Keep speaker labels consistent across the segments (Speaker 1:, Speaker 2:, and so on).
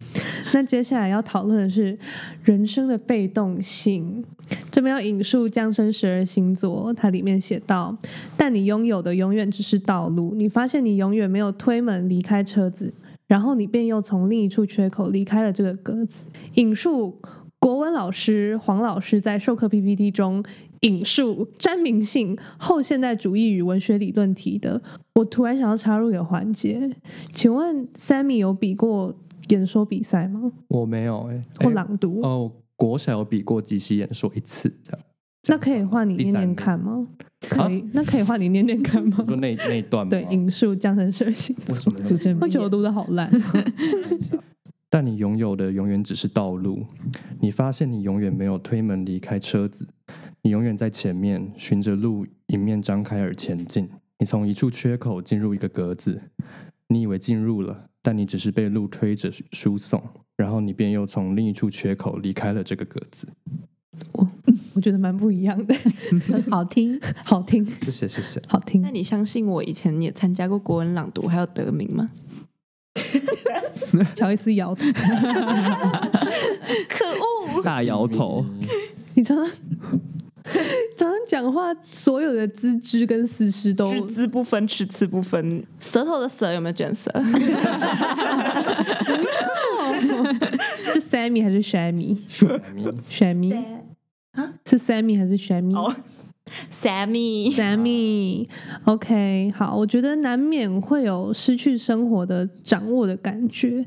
Speaker 1: 那接下来要讨论的是人生的被动性。这边要引述降生十二星座，它里面写道：“但你拥有的永远只是道路。你发现你永远没有推门离开车子，然后你便又从另一处缺口离开了这个格子。”引述国文老师黄老师在授课 PPT 中引述詹明信后现代主义与文学理论题的。我突然想要插入一个环节，请问 Sammy 有比过演说比赛吗？
Speaker 2: 我没有哎、欸，
Speaker 1: 或
Speaker 2: 哎
Speaker 1: 朗读？
Speaker 2: 哦，国小有比过即席演说一次，这样。
Speaker 1: 那可以换你
Speaker 2: 第
Speaker 1: 念
Speaker 2: 三
Speaker 1: 念
Speaker 2: 名
Speaker 1: 看吗？
Speaker 2: 啊
Speaker 1: 可以，那可以换你念念看吗
Speaker 2: 你？哦说那那一段 吗？
Speaker 1: 对，引述降生蛇星，
Speaker 2: 为什么呢
Speaker 3: 主持人
Speaker 1: 我觉得我读的好 烂。
Speaker 2: 但你拥有的永远只是道路，你发现你永远没有推门离开车子，你永远在前面循着路迎面张开而前进。你从一处缺口进入一个格子，你以为进入了，但你只是被路推着输送，然后你便又从另一处缺口离开了这个格子。
Speaker 1: 我觉得蛮不一样的，
Speaker 3: 好听，
Speaker 1: 好听，
Speaker 2: 谢谢，谢谢。
Speaker 1: 好听
Speaker 4: 那。你相信我以前也参加过国文朗读还有得名吗？
Speaker 1: 乔伊斯摇 头，
Speaker 4: 可恶！
Speaker 5: 大摇头，
Speaker 1: 你常常常常讲话，所有的资质跟思思都
Speaker 4: 只字不分，吃字不分，舌头的舌有没有卷舌？
Speaker 1: 是 Sammy 还是 Shammy？Shammy
Speaker 3: 啊
Speaker 1: 是 Sammy 还是 Shammy？
Speaker 4: 哦，Sammy，
Speaker 1: Sammy，OK，、OK，好，我觉得难免会有失去生活的掌握的感觉，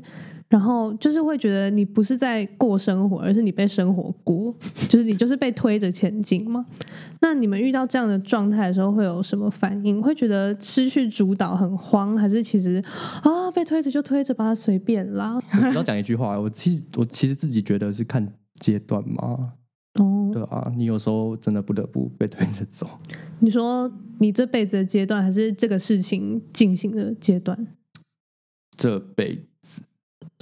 Speaker 1: 然后就是会觉得你不是在过生活，而是你被生活过， 就是你就是被推着前进嘛。那你们遇到这样的状态的时候，会有什么反应？会觉得失去主导很慌，还是其实啊被推着就推着吧，随便啦？
Speaker 2: 我只要讲一句话，我其实我其实自己觉得是看阶段嘛，
Speaker 1: 哦，
Speaker 2: 对啊，你有时候真的不得不被推着走。
Speaker 1: 你说你这辈子的阶段，还是这个事情进行的阶段？
Speaker 2: 这辈子，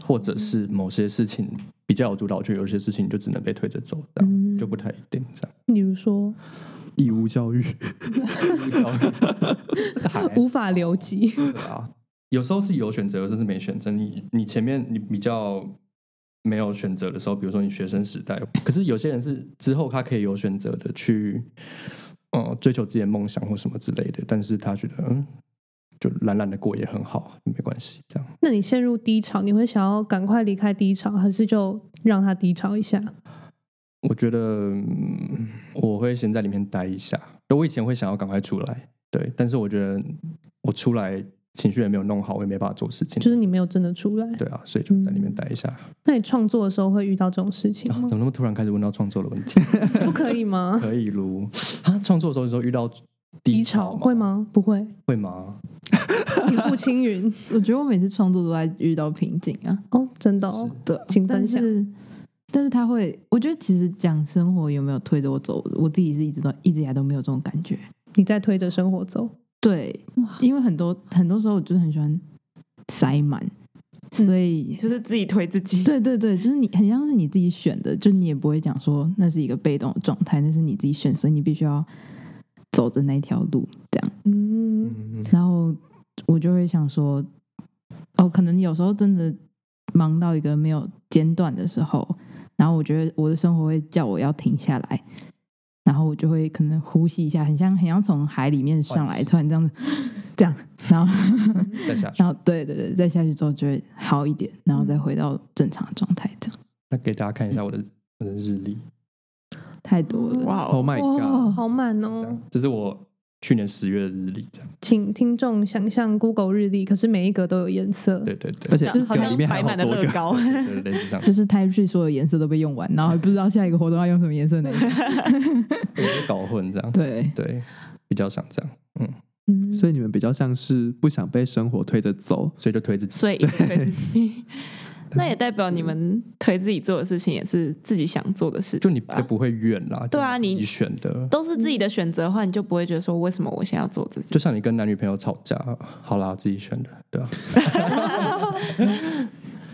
Speaker 2: 或者是某些事情比较有主导权，有些事情就只能被推着走，这样、
Speaker 1: 嗯
Speaker 2: 就不太一定这样。
Speaker 1: 例如说，
Speaker 5: 义务教育，
Speaker 2: 这个还
Speaker 1: 无法留级。
Speaker 2: 对啊，有时候是有选择，有时候是没选择。你你前面你比较没有选择的时候，比如说你学生时代，可是有些人是之后他可以有选择的去，呃，追求自己的梦想或什么之类的，但是他觉得嗯，就懒懒的过也很好，没关系，这样。
Speaker 1: 那你陷入低潮，你会想要赶快离开低潮，还是就让它低潮一下？
Speaker 2: 我觉得、嗯我会先在里面待一下。我以前会想要赶快出来，对，但是我觉得我出来情绪也没有弄好，我也没办法做事情，
Speaker 1: 就是你没有真的出来。
Speaker 2: 对啊，所以就在里面待一下。
Speaker 1: 那你创作的时候会遇到这种事情
Speaker 2: 啊
Speaker 1: 吗
Speaker 2: 怎么？那么突然开始问到创作的问题？
Speaker 1: 不可以吗？
Speaker 2: 可以撸啊，创作的时候有时候遇到
Speaker 1: 低
Speaker 2: 低
Speaker 1: 潮
Speaker 2: 潮
Speaker 1: 会？吗？不会，
Speaker 2: 会吗？
Speaker 1: 平步青云
Speaker 3: 我觉得我每次创作都在遇到瓶颈啊。
Speaker 1: 哦，真的哦。
Speaker 3: 对，
Speaker 1: 请
Speaker 3: 但
Speaker 1: 分享
Speaker 3: 是但是他会，我觉得其实讲生活有没有推着我走，我自己是一直都一直以来都没有这种感觉。
Speaker 1: 你在推着生活走，
Speaker 3: 对，因为很多很多时候我就是很喜欢塞满，
Speaker 1: 嗯
Speaker 3: 所以、
Speaker 4: 就是自己推自己。
Speaker 3: 对对对，就是你很像是你自己选的，就你也不会讲说那是一个被动的状态，那是你自己选，所以你必须要走着那条路这样。
Speaker 1: 嗯，
Speaker 2: 嗯，
Speaker 3: 然后我就会想说，哦，可能有时候真的忙到一个没有间断的时候，然后我觉得我的生活会叫我要停下来，然后我就会可能呼吸一下，很像很像从海里面上来，突然这样子， 这样，然后
Speaker 2: 嗯再下去
Speaker 3: 然。后对对对，再下去之后就会好一点，然后再回到正常的状态，这样
Speaker 2: 那给大家看一下我的我的日历，
Speaker 3: 太多了。
Speaker 4: 哇哦，
Speaker 5: ，Oh my
Speaker 3: 哇
Speaker 5: god！
Speaker 1: 好满
Speaker 2: 这
Speaker 1: 哦
Speaker 2: 样。，这是我去年十月的日历，这样。
Speaker 1: 请听众想象 Google 日历，可是每一格都有颜色。
Speaker 2: 对对对
Speaker 5: 而，且
Speaker 4: 这样好
Speaker 5: 里
Speaker 4: 像
Speaker 5: 面
Speaker 4: 摆
Speaker 5: 还有好
Speaker 4: 满了
Speaker 5: 多
Speaker 4: 乐
Speaker 5: 个，
Speaker 4: 高。
Speaker 2: 对对对类似这样。
Speaker 3: 就是 Type Three 所有颜色都被用完，然后还不知道下一个活动要用什么颜色那 种。
Speaker 2: 有点哎搞混这样。
Speaker 3: 对，
Speaker 2: 对，比较想这样，
Speaker 1: 嗯，
Speaker 5: 所以你们比较像是不想被生活推着走，
Speaker 2: 所以就推自己。
Speaker 4: 所以一定推自己，那也代表你们推自己做的事情也是自己想做的事情吧，
Speaker 2: 就你就不会怨啦，
Speaker 4: 啊对啊
Speaker 2: 就自己
Speaker 4: 你
Speaker 2: 选的，
Speaker 4: 都是自己的选择的话，你就不会觉得说为什么我现在要做这
Speaker 2: 就
Speaker 4: 些。
Speaker 2: 像你跟男女朋友吵架，好啦，自己选的，对啊，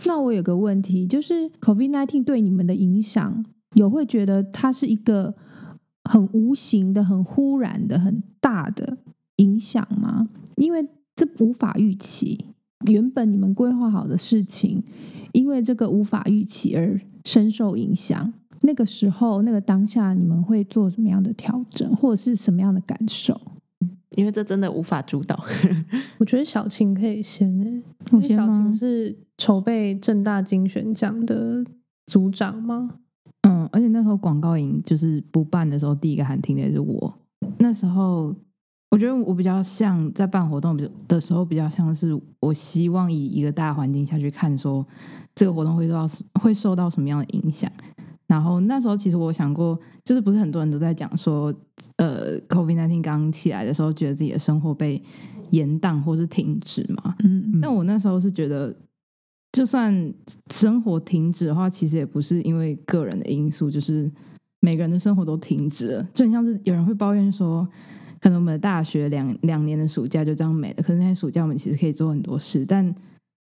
Speaker 6: 那我有个问题，就是 COVID nineteen 对你们的影响，有会觉得它是一个很无形的、很忽然的、很大的影响吗？因为这无法预期。原本你们规划好的事情，因为这个无法预期而深受影响。那个时候，那个当下，你们会做什么样的调整，或者是什么样的感受？
Speaker 4: 因为这真的无法主导。
Speaker 1: 我觉得小晴可以先诶、
Speaker 3: 我
Speaker 1: 因为
Speaker 3: 先
Speaker 1: 小晴
Speaker 3: 吗？
Speaker 1: 是筹备正大金选奖的组长吗？
Speaker 3: 嗯，而且那时候广告营就是不办的时候，第一个喊停的也是我。那时候我觉得我比较像在办活动的时候，比较像是我希望以一个大环境下去看说，这个活动会受到会受到什么样的影响。然后那时候其实我想过，就是不是很多人都在讲说，呃，COVID-19 刚起来的时候，觉得自己的生活被延宕或是停止嘛。
Speaker 6: 嗯，
Speaker 3: 但我那时候是觉得，就算生活停止的话，其实也不是因为个人的因素，就是每个人的生活都停止了。就很像是有人会抱怨说，可能我们的大学两两年的暑假就这样没了，可是那些暑假我们其实可以做很多事，但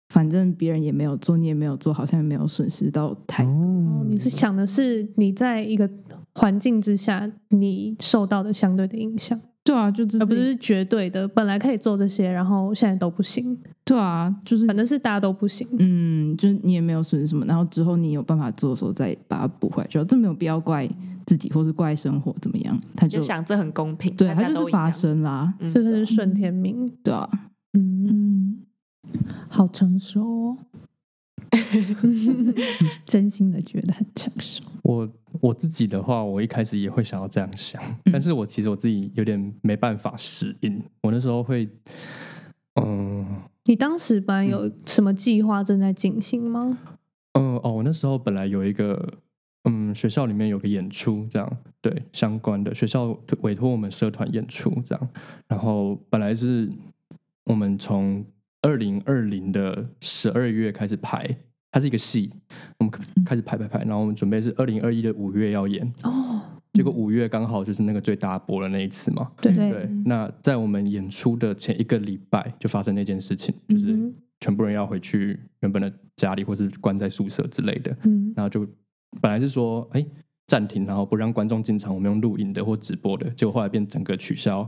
Speaker 3: 反正别人也没有做，你也没有做，好像也没有损失到太。
Speaker 6: 嗯
Speaker 1: 哦，你是想的是你在一个环境之下，你受到的相对的影响，
Speaker 3: 对啊，就只
Speaker 1: 而不是绝对的。本来可以做这些，然后现在都不行，
Speaker 3: 对啊，就是
Speaker 1: 反正是大家都不行。
Speaker 3: 嗯，就是你也没有损失什么，然后之后你有办法做的时候再把它补回来就好，这没有必要怪自己或是怪生活怎么样，他
Speaker 4: 就想这很公平，
Speaker 3: 对，
Speaker 4: 大
Speaker 3: 它
Speaker 4: 家
Speaker 3: 就
Speaker 4: 都
Speaker 3: 是
Speaker 4: 一样
Speaker 3: 发，生啦，
Speaker 4: 嗯
Speaker 1: 这真是顺天命。
Speaker 3: 对啊，
Speaker 1: 嗯，
Speaker 6: 嗯，好成熟 哦，真心的觉得很成熟。
Speaker 2: 我我自己的话，我一开始也会想要这样想，但是我其实我自己有点没办法适应。我那时候会，嗯、
Speaker 1: 你当时本来有什么计划正在进行吗？
Speaker 2: 嗯、哦，我那时候本来有一个，嗯，学校里面有个演出，这样对相关的学校委托我们社团演出这样，然后本来是我们从二零二零的十二月开始排，它是一个戏，我们开始排排排，然后我们准备是二零二一的五月要演，
Speaker 1: 哦，
Speaker 2: 结果五月刚好就是那个最大波的那一次嘛，
Speaker 1: 对
Speaker 6: 对嗯
Speaker 2: 对，那在我们演出的前一个礼拜就发生那件事情，就是
Speaker 1: 嗯
Speaker 2: 全部人要回去原本的家里，或是关在宿舍之类的。
Speaker 1: 嗯
Speaker 2: 然后就本来是说，哎，暂停，然后不让观众进场，我们用录影的或直播的，结果后来变整个取消。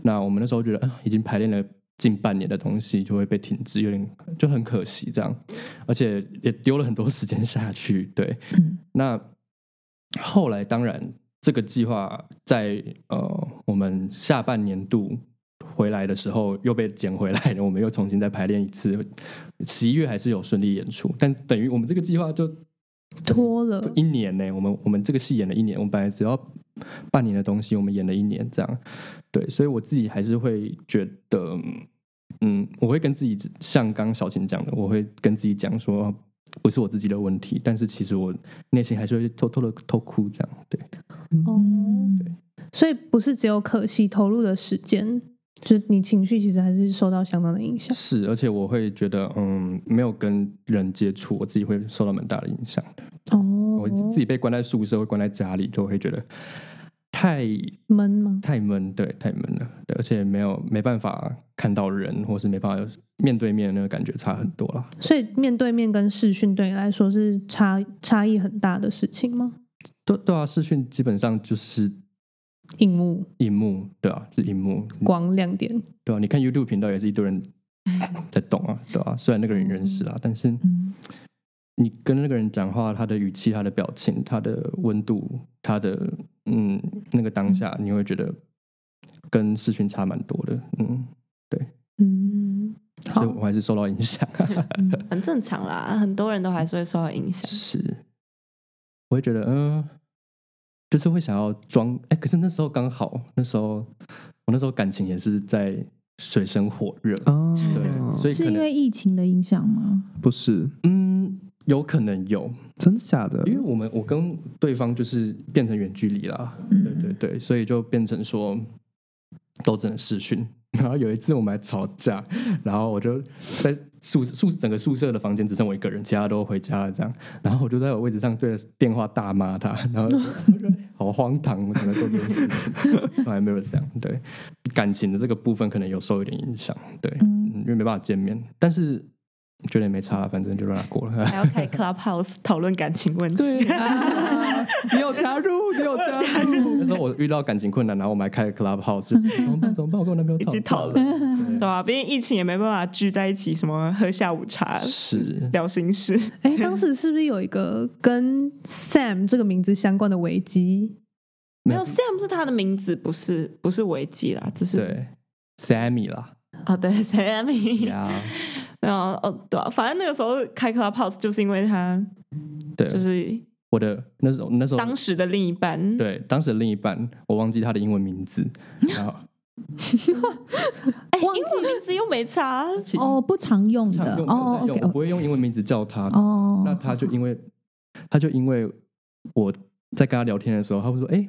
Speaker 2: 那我们那时候觉得，啊，已经排练了近半年的东西就会被停滞，有点就很可惜这样，而且也丢了很多时间下去。对，
Speaker 6: 嗯
Speaker 2: 那后来当然这个计划在呃我们下半年度。回来的时候又被捡回来了，我们又重新再排练一次。十一月还是有顺利演出，但等于我们这个计划就
Speaker 1: 拖了，
Speaker 2: 一年呢、我们我们这个戏演了一年，我们本来只要半年的东西，我们演了一年这样。对，所以我自己还是会觉得，嗯，我会跟自己像刚小琴讲的，我会跟自己讲说，不是我自己的问题，但是其实我内心还是会偷偷的偷哭这样。对，
Speaker 1: 哦
Speaker 6: 嗯，
Speaker 1: 所以不是只有可惜投入的时间，就是你情绪其实还是受到相当的影响。
Speaker 2: 是，而且我会觉得，嗯，没有跟人接触，我自己会受到蛮大的影响。
Speaker 1: 哦，
Speaker 2: 我自己被关在宿舍，会关在家里，就会觉得太
Speaker 1: 闷吗？
Speaker 2: 太闷，对，太闷了，对而且没有没办法看到人，或是没办法有面对面的那个感觉差很多啦。
Speaker 1: 所以面对面跟视讯对你来说是差差异很大的事情吗？
Speaker 2: 对对啊，视讯基本上就是
Speaker 1: 荧幕
Speaker 2: 荧幕，对啊，是荧幕，
Speaker 1: 光亮点，
Speaker 2: 对啊，你看 YouTube 频道也是一堆人在动啊，对啊，虽然那个人认识啊，但是
Speaker 6: 嗯
Speaker 2: 你跟那个人讲话，他的语气、他的表情、他的温度、他的嗯那个当下，你会觉得跟视讯差蛮多的，嗯，
Speaker 1: 嗯，
Speaker 2: 所以
Speaker 1: 好，
Speaker 2: 我还是受到影响。啊
Speaker 4: 很正常啦，很多人都还是会受到影响。
Speaker 2: 是，我会觉得，嗯、就是会想要装。哎、可是那时候刚好，那时候我那时候感情也是在水深火热，
Speaker 5: 哦，
Speaker 2: 对，所以
Speaker 6: 是
Speaker 2: 可
Speaker 6: 因
Speaker 2: 能
Speaker 6: 为疫情的影响吗？
Speaker 5: 不是
Speaker 2: 嗯，有可能有，
Speaker 5: 真的假的？
Speaker 2: 因为我们我跟对方就是变成远距离啦，
Speaker 6: 嗯
Speaker 2: 对对对，所以就变成说都只能视讯。 然后有一次我们还吵架，然后我就在宿宿整个宿舍的房间只剩我一个人，其他都回家了这样。然后我就在我位置上对着电话大骂他，然后就我觉得好荒唐，我怎么做这件事情？ 后来没有这样，对感情的这个部分可能有受有点影响，对，
Speaker 6: 嗯
Speaker 2: 嗯因为没办法见面，但是觉得也没差啦，反正就让他过了。
Speaker 4: 还要 开 Clubhouse 讨论感情问题，
Speaker 2: 对啊， 你有加入，你有加 入。那时候我遇到感情困难，然后我们还开了 Clubhouse，就是怎么办？怎么办？我跟我男朋友
Speaker 4: 一
Speaker 2: 吵
Speaker 4: 起
Speaker 2: 架
Speaker 4: 讨
Speaker 2: 了。对
Speaker 4: 对啊，毕竟疫情也没办法聚在一起，什么喝下午茶、
Speaker 2: 是
Speaker 4: 聊心事。
Speaker 1: 哎，当时是不是有一个跟 Sam 这个名字相关的危机？
Speaker 4: 没有 Sam 是他的名字，不是不是维基啦，只是
Speaker 2: 对 Sammy 啦，
Speaker 4: 啊，对 Sammy，
Speaker 2: 呀，
Speaker 4: 没有哦，对啊，反正那个时候开 Clubhouse 就是因为他
Speaker 2: 对，
Speaker 4: 就是
Speaker 2: 我的那时候那时候
Speaker 4: 当时的另一半，，
Speaker 2: 对当时的另一半，我忘记他的英文名字，然后
Speaker 4: 哎英文名字又没 差，
Speaker 6: 哦，不常用
Speaker 2: 常
Speaker 6: 的
Speaker 2: 用
Speaker 6: 哦
Speaker 2: 没有在用
Speaker 6: ，OK
Speaker 2: 我不会用英文名字叫他，
Speaker 6: 哦，
Speaker 2: 那他就因为他就因为我在跟他聊天的时候，他会说：“哎、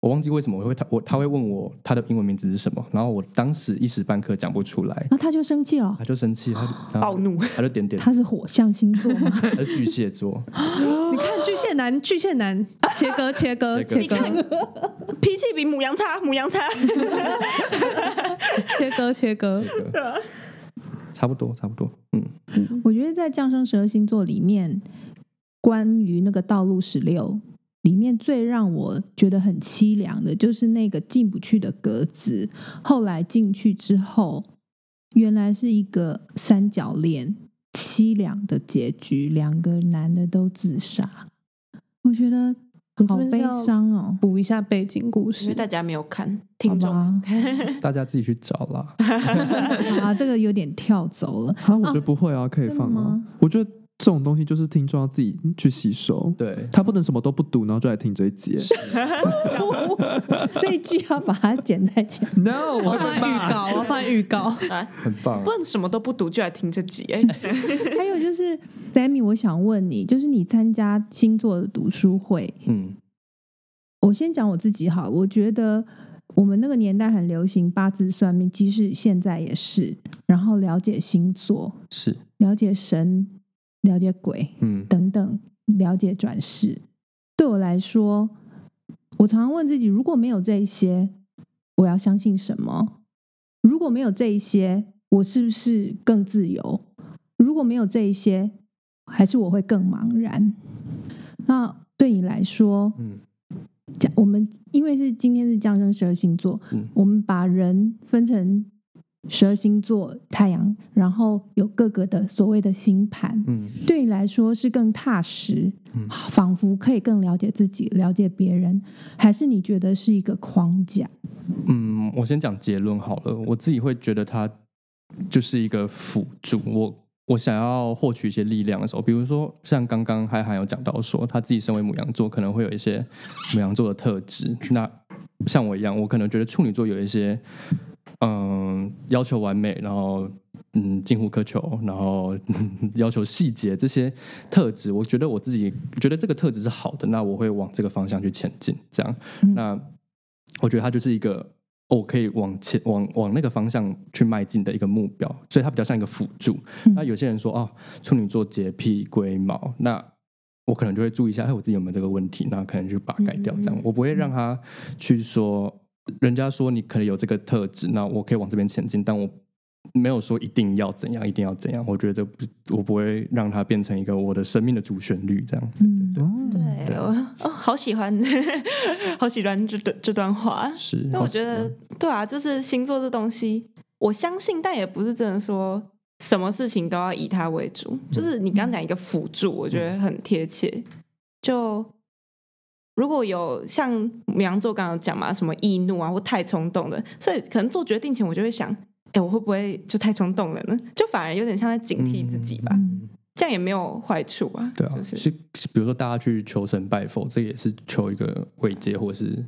Speaker 2: 我忘记为什么我会他我他会问我他的英文名字是什么。”然后我当时一时半刻讲不出来，
Speaker 6: 那他就生气了
Speaker 2: 他，就生气，他就然后
Speaker 4: 暴怒
Speaker 2: 他就点点，
Speaker 6: 他是火象星座吗？
Speaker 2: 他是巨蟹座，
Speaker 1: 你看巨蟹男，巨蟹男，切割，切割，
Speaker 2: 切
Speaker 1: 切
Speaker 2: 割
Speaker 4: 你
Speaker 1: 割，
Speaker 4: 看脾气比母羊差，母羊 差，
Speaker 1: 切割，切割
Speaker 2: 那。个差不多差不多，嗯，
Speaker 6: 我觉得在降生十二星座里面，关于那个道路十六里面最让我觉得很凄凉的，就是那个进不去的格子。后来进去之后，原来是一个三角恋，凄凉的结局，两个男的都自杀。我觉得
Speaker 1: 你这
Speaker 6: 好
Speaker 1: 边是
Speaker 6: 悲
Speaker 1: 要
Speaker 6: 伤哦。
Speaker 1: 补一下背景故
Speaker 4: 因为
Speaker 1: 事，
Speaker 4: 大家没有看，听
Speaker 6: 好吧
Speaker 4: 众
Speaker 2: 大家自己去找啦。
Speaker 6: 啊，这个有点跳走 了。
Speaker 5: 啊，我觉得不会啊，可以
Speaker 6: 真的
Speaker 5: 放啊
Speaker 6: 吗。
Speaker 5: 我觉得这种东西就是听众要自己去吸收，
Speaker 2: 对，
Speaker 5: 他不能什么都不读，然后就来听这一集。
Speaker 6: 那一句要把它剪在前 面。
Speaker 5: No，。
Speaker 1: 我要放预告，我要放预告。
Speaker 4: 啊，
Speaker 2: 很棒
Speaker 4: 不，能什么都不读就来听这集，哎，
Speaker 6: 还有就是，Sammy，我想问你，就是你参加星座的读书会，
Speaker 2: 嗯，
Speaker 6: 我先讲我自己好了，我觉得我们那个年代很流行八字算命，即使现在也是，然后了解星座、
Speaker 2: 是，
Speaker 6: 了解神、了解鬼
Speaker 2: 嗯，
Speaker 6: 等等，了解转世。对我来说，我常常问自己，如果没有这一些，我要相信什么？如果没有这一些，我是不是更自由？如果没有这一些，还是我会更茫然？那对你来说，
Speaker 2: 嗯，
Speaker 6: 讲我们因为是今天是降生十二星座，
Speaker 2: 嗯
Speaker 6: 我们把人分成十二星座太阳，然后有各个的所谓的星盘，
Speaker 2: 嗯，
Speaker 6: 对你来说是更踏实，啊
Speaker 2: 嗯
Speaker 6: 仿佛可以更了解自己、了解别人，还是你觉得是一个框架？
Speaker 2: 嗯，我先讲结论好了。我自己会觉得它就是一个辅助。我我想要获取一些力量的时候，比如说像刚刚海涵有讲到说，他自己身为母羊座，可能会有一些母羊座的特质。那像我一样，我可能觉得处女座有一些嗯要求完美，然后嗯近乎苛求，然后 要求细节这些特质，我觉得我自己觉得这个特质是好的，那我会往这个方向去前进。这样，
Speaker 6: 嗯
Speaker 2: 那我觉得它就是一个哦，我可以往前往往那个方向去迈进的一个目标，所以它比较像一个辅助。
Speaker 6: 嗯
Speaker 2: 那有些人说哦，处女座洁癖龟毛，那我可能就会注意一下，哎，我自己有没有这个问题，那可能就把它改掉，
Speaker 4: 嗯
Speaker 2: 这样、我不会让他去说，人家说你可能有这个特质，那我可以往这边前进，但我没有说一定要怎样，一定要怎样，我觉得不，我不会让它变成一个我的生命的主旋律，这样
Speaker 6: 嗯，
Speaker 4: 对我哦，好喜欢， 好喜欢这段这段话，
Speaker 2: 是。
Speaker 4: 那
Speaker 2: 好哦
Speaker 4: 我觉
Speaker 2: 喜欢
Speaker 4: 得，对啊，就是星座这东西，我相信，但也不是真的说什么事情都要以它为
Speaker 2: 嗯
Speaker 4: 主。就是你刚讲一个辅助，我觉得很贴切。就如果有像母羊座刚刚有讲嘛，什么易怒啊或太冲动的，所以可能做决定前我就会想，哎，我会不会就太冲动了呢？就反而有点像在警惕自己吧，
Speaker 6: 嗯
Speaker 4: 这样也没有坏处啊。
Speaker 2: 对啊，
Speaker 4: 就是
Speaker 2: 是比如说大家去求神拜佛，这也是求一个慰藉，或是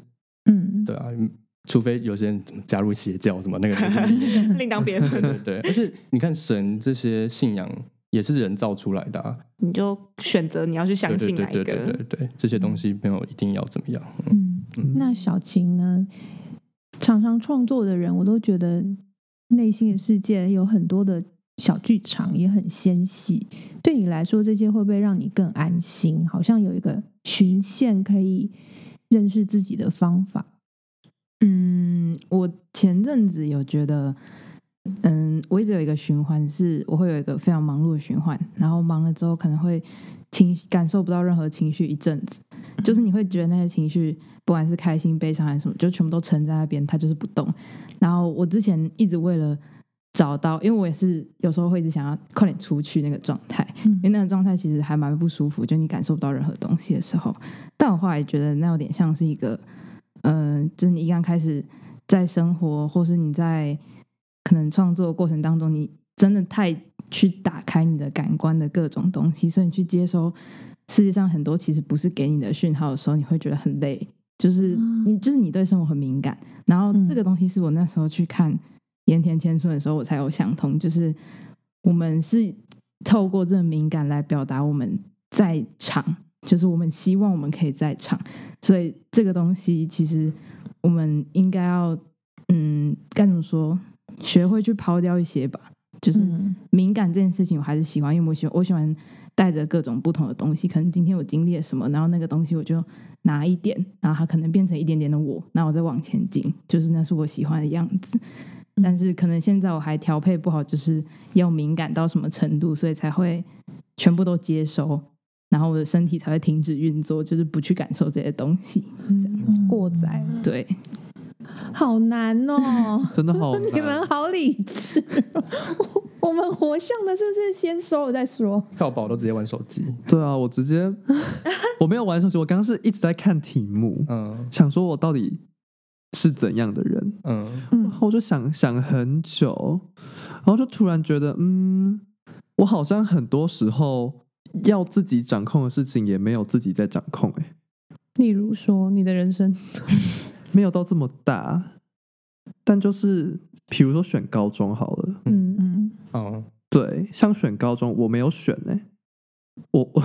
Speaker 6: 嗯，
Speaker 2: 对啊，嗯除非有些人怎么加入邪教什么那个就是
Speaker 4: 另当别论。
Speaker 2: 对对对，而且你看神这些信仰也是人造出来的、啊，
Speaker 4: 你就选择你要去相
Speaker 2: 对对
Speaker 4: 信
Speaker 2: 对
Speaker 4: 哪一
Speaker 2: 对对
Speaker 4: 个
Speaker 2: 对。对，这些东西没有一定要怎么样，嗯
Speaker 6: 嗯，那小晴呢？常常创作的人，我都觉得内心的世界有很多的小剧场，也很纤细。对你来说，这些会不会让你更安心？好像有一个循线可以认识自己的方法。
Speaker 3: 嗯，我前阵子有觉得，嗯，我一直有一个循环，是我会有一个非常忙碌的循环，然后忙了之后可能会情感受不到任何情绪一阵子，就是你会觉得那些情绪，不管是开心、悲伤还是什么，就全部都沉在那边，它就是不动。然后我之前一直为了找到，因为我也是有时候会一直想要快点出去那个状态，
Speaker 6: 嗯
Speaker 3: 因为那个状态其实还蛮不舒服，就你感受不到任何东西的时候。但我后来觉得那有点像是一个，嗯、就是你一刚开始在生活，或是你在可能创作的过程当中，你真的太去打开你的感官的各种东西，所以你去接收世界上很多其实不是给你的讯号的时候，你会觉得很累。就是你，就是你对生活很敏感，然后
Speaker 6: 嗯
Speaker 3: 这个东西是我那时候去看盐田千春的时候，我才有想通，就是我们是透过这个敏感来表达我们在场，就是我们希望我们可以在场，所以这个东西其实我们应该要，嗯，该怎么说，学会去抛掉一些吧。就是
Speaker 6: 嗯
Speaker 3: 敏感这件事情，我还是喜欢，因为我喜我喜欢带着各种不同的东西。可能今天我经历了什么，然后那个东西我就拿一点，然后它可能变成一点点的我，然后我再往前进，就是那是我喜欢的样子。
Speaker 1: 嗯
Speaker 3: 但是可能现在我还调配不好，就是要敏感到什么程度，所以才会全部都接收，然后我的身体才会停止运作，就是不去感受这些东西。
Speaker 1: 嗯
Speaker 6: 过载了，
Speaker 3: 对，
Speaker 6: 嗯好难哦
Speaker 5: 真的好
Speaker 6: 你们
Speaker 5: 难。
Speaker 6: 好理智哦， 我我们活像的是不是先收了再说？
Speaker 2: 跳宝都直接玩手机，
Speaker 5: 对啊，我直接我没有玩手机，我刚刚是一直在看题目，
Speaker 2: 嗯
Speaker 5: 想说我到底是怎样的人，
Speaker 2: 嗯，
Speaker 5: 然后我就想想很久，然后就突然觉得，嗯，我好像很多时候要自己掌控的事情也没有自己在掌控、欸，
Speaker 1: 例如说你的人生，
Speaker 5: 没有到这么大，但就是比如说选高中好了，
Speaker 6: 嗯嗯，
Speaker 2: 哦，
Speaker 5: 对，像选高中我没有选呢、我我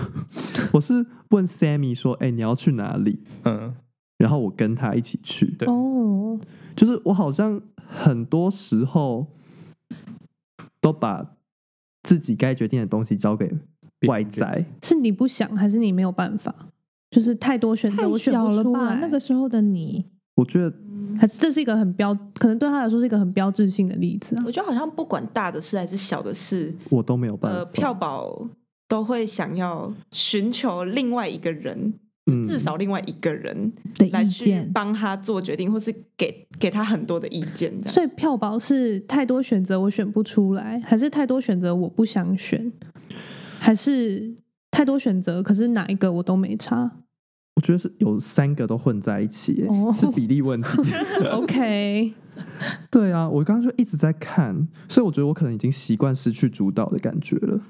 Speaker 5: 我是问 Sammy 说，哎、你要去哪里？
Speaker 2: 嗯，
Speaker 5: 然后我跟他一起去，
Speaker 4: 嗯
Speaker 2: 对
Speaker 1: 哦，
Speaker 5: 就是我好像很多时候都把自己该决定的东西交给外在，
Speaker 1: 是你不想还是你没有办法？就是太多选择，
Speaker 6: 太
Speaker 1: 我选
Speaker 6: 小
Speaker 1: 不
Speaker 6: 了
Speaker 1: 出
Speaker 6: 吧？
Speaker 1: 来。
Speaker 6: 那个时候的你，
Speaker 5: 我觉得
Speaker 1: 还是这是一个很标，可能对他来说是一个很标志性的例子啊。
Speaker 4: 我觉得好像不管大的事还是小的事，
Speaker 5: 我都没有办法。
Speaker 4: 呃，票宝都会想要寻求另外一个人，
Speaker 5: 嗯
Speaker 4: 至少另外一个人
Speaker 6: 的
Speaker 4: 来
Speaker 6: 意
Speaker 4: 去
Speaker 6: 见
Speaker 4: 帮他做决定，或是给给他很多的意见，这样
Speaker 1: 所以票宝是太多选择我选不出来，还是太多选择我不想选，还是太多选择可是哪一个我都没 差
Speaker 5: 我觉得是有三个都混在一起耶、
Speaker 1: 哦
Speaker 5: 是比 例问题。
Speaker 1: ？OK，
Speaker 5: 对啊，我刚刚就一直在看，所以我觉得我可能已经习惯失去主导的感觉了。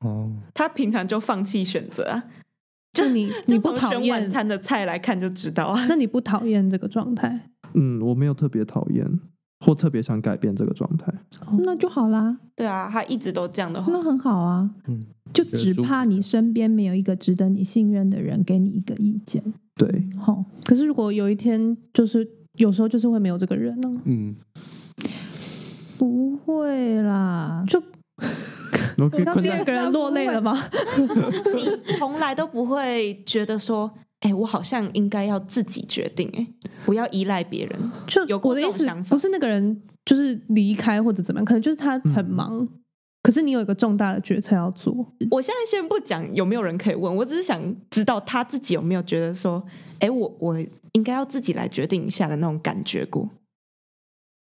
Speaker 2: 哦，
Speaker 4: 他平常就放弃选择啊，
Speaker 1: 就 你
Speaker 4: 就
Speaker 1: 你不
Speaker 4: 从
Speaker 1: 讨
Speaker 4: 选晚
Speaker 1: 厌，
Speaker 4: 餐的菜来看就知道啊。
Speaker 1: 那你不讨厌这个状态？
Speaker 5: 嗯，我没有特别讨厌或特别想改变这个状态。
Speaker 6: 那就好啦，
Speaker 4: 对啊，他一直都这样的话，
Speaker 6: 那很好啊。
Speaker 2: 嗯，
Speaker 6: 就
Speaker 2: 觉得
Speaker 6: 只
Speaker 2: 舒服
Speaker 6: 怕
Speaker 2: 一
Speaker 6: 你
Speaker 2: 点
Speaker 6: 身边没有一个值得你信任的人给你一个意见。
Speaker 5: 对，
Speaker 6: 吼，
Speaker 1: 可是如果有一天就是有时候就是会没有这个人啊呢、
Speaker 2: 嗯，
Speaker 6: 不会啦，
Speaker 1: 就
Speaker 5: 然后可以
Speaker 1: 让
Speaker 5: 困
Speaker 1: 第
Speaker 5: 在
Speaker 1: 二个人落泪了吗？
Speaker 4: 你从来都不会觉得说，哎、我好像应该要自己决定、哎，不要依赖别人。
Speaker 1: 就
Speaker 4: 有过
Speaker 1: 我的
Speaker 4: 这
Speaker 1: 意
Speaker 4: 种
Speaker 1: 思
Speaker 4: 想，法
Speaker 1: 不是那个人就是离开或者怎么样，可能就是他很
Speaker 5: 嗯
Speaker 1: 忙，可是你有一个重大的决策要做。
Speaker 4: 我现在先不讲有没有人可以问，我只是想知道他自己有没有觉得说，哎、我我应该要自己来决定一下的那种感觉过。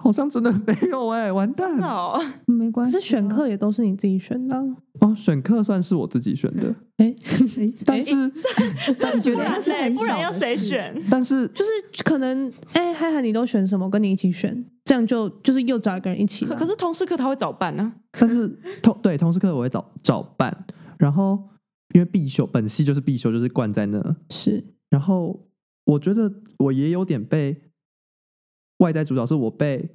Speaker 5: 好像真的没有哎、完蛋
Speaker 4: 那、哦、
Speaker 6: 没关
Speaker 1: 可
Speaker 6: 系啊。
Speaker 1: 是选课也都是你自己选的啊、
Speaker 5: 哦！选课算是我自己选的，
Speaker 1: 哎、
Speaker 5: 但是、
Speaker 6: 但觉得那是很
Speaker 4: 不然
Speaker 6: 小
Speaker 4: 要
Speaker 6: 的
Speaker 4: 谁
Speaker 6: 事？
Speaker 4: 选？
Speaker 5: 但是
Speaker 1: 就是可能哎，嗨、嗨，你都选什么？我跟你一起选，这样就就是又找一个人一起
Speaker 4: 可
Speaker 1: 啦。
Speaker 4: 可是同事课他会啊早办呢、
Speaker 5: 但是通对通识课我会找找办，然后因为必修本系就是必修就是灌在那，
Speaker 1: 是
Speaker 5: 然后我觉得我也有点被外在主导，是我被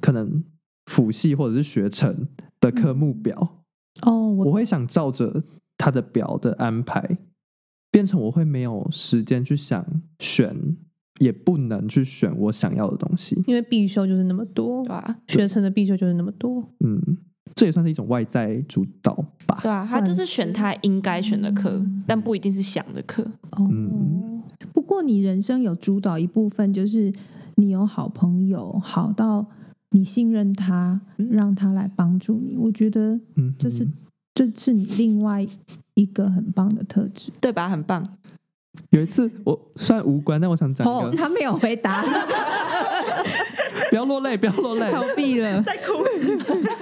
Speaker 5: 可能辅系或者是学程的科目表，
Speaker 1: 哦，我
Speaker 5: 我会想照着他的表的安排，变成我会没有时间去想选，也不能去选我想要的东西。
Speaker 1: 因为必修就是那么多
Speaker 6: 啊
Speaker 4: 对，吧、
Speaker 1: 学成的必修就是那么多。
Speaker 5: 嗯，这也算是一种外在主导吧。
Speaker 4: 对啊，他就是选他应该选的课，
Speaker 6: 嗯
Speaker 4: 但不一定是想的课。
Speaker 1: 哦，
Speaker 5: 嗯
Speaker 6: 不过你人生有主导一部分，就是你有好朋友，好到你信任他，
Speaker 4: 嗯
Speaker 6: 让他来帮助你。我觉得
Speaker 5: 嗯哼，
Speaker 6: 这是这是你另外一个很棒的特质。
Speaker 4: 对吧？很棒，
Speaker 2: 哦
Speaker 5: 啊
Speaker 1: 哦
Speaker 5: 有一次我虽然无关，但我想讲一个，
Speaker 6: 他没有回答，
Speaker 5: 不要落泪，不要落泪。
Speaker 3: 逃避了，
Speaker 4: 在哭，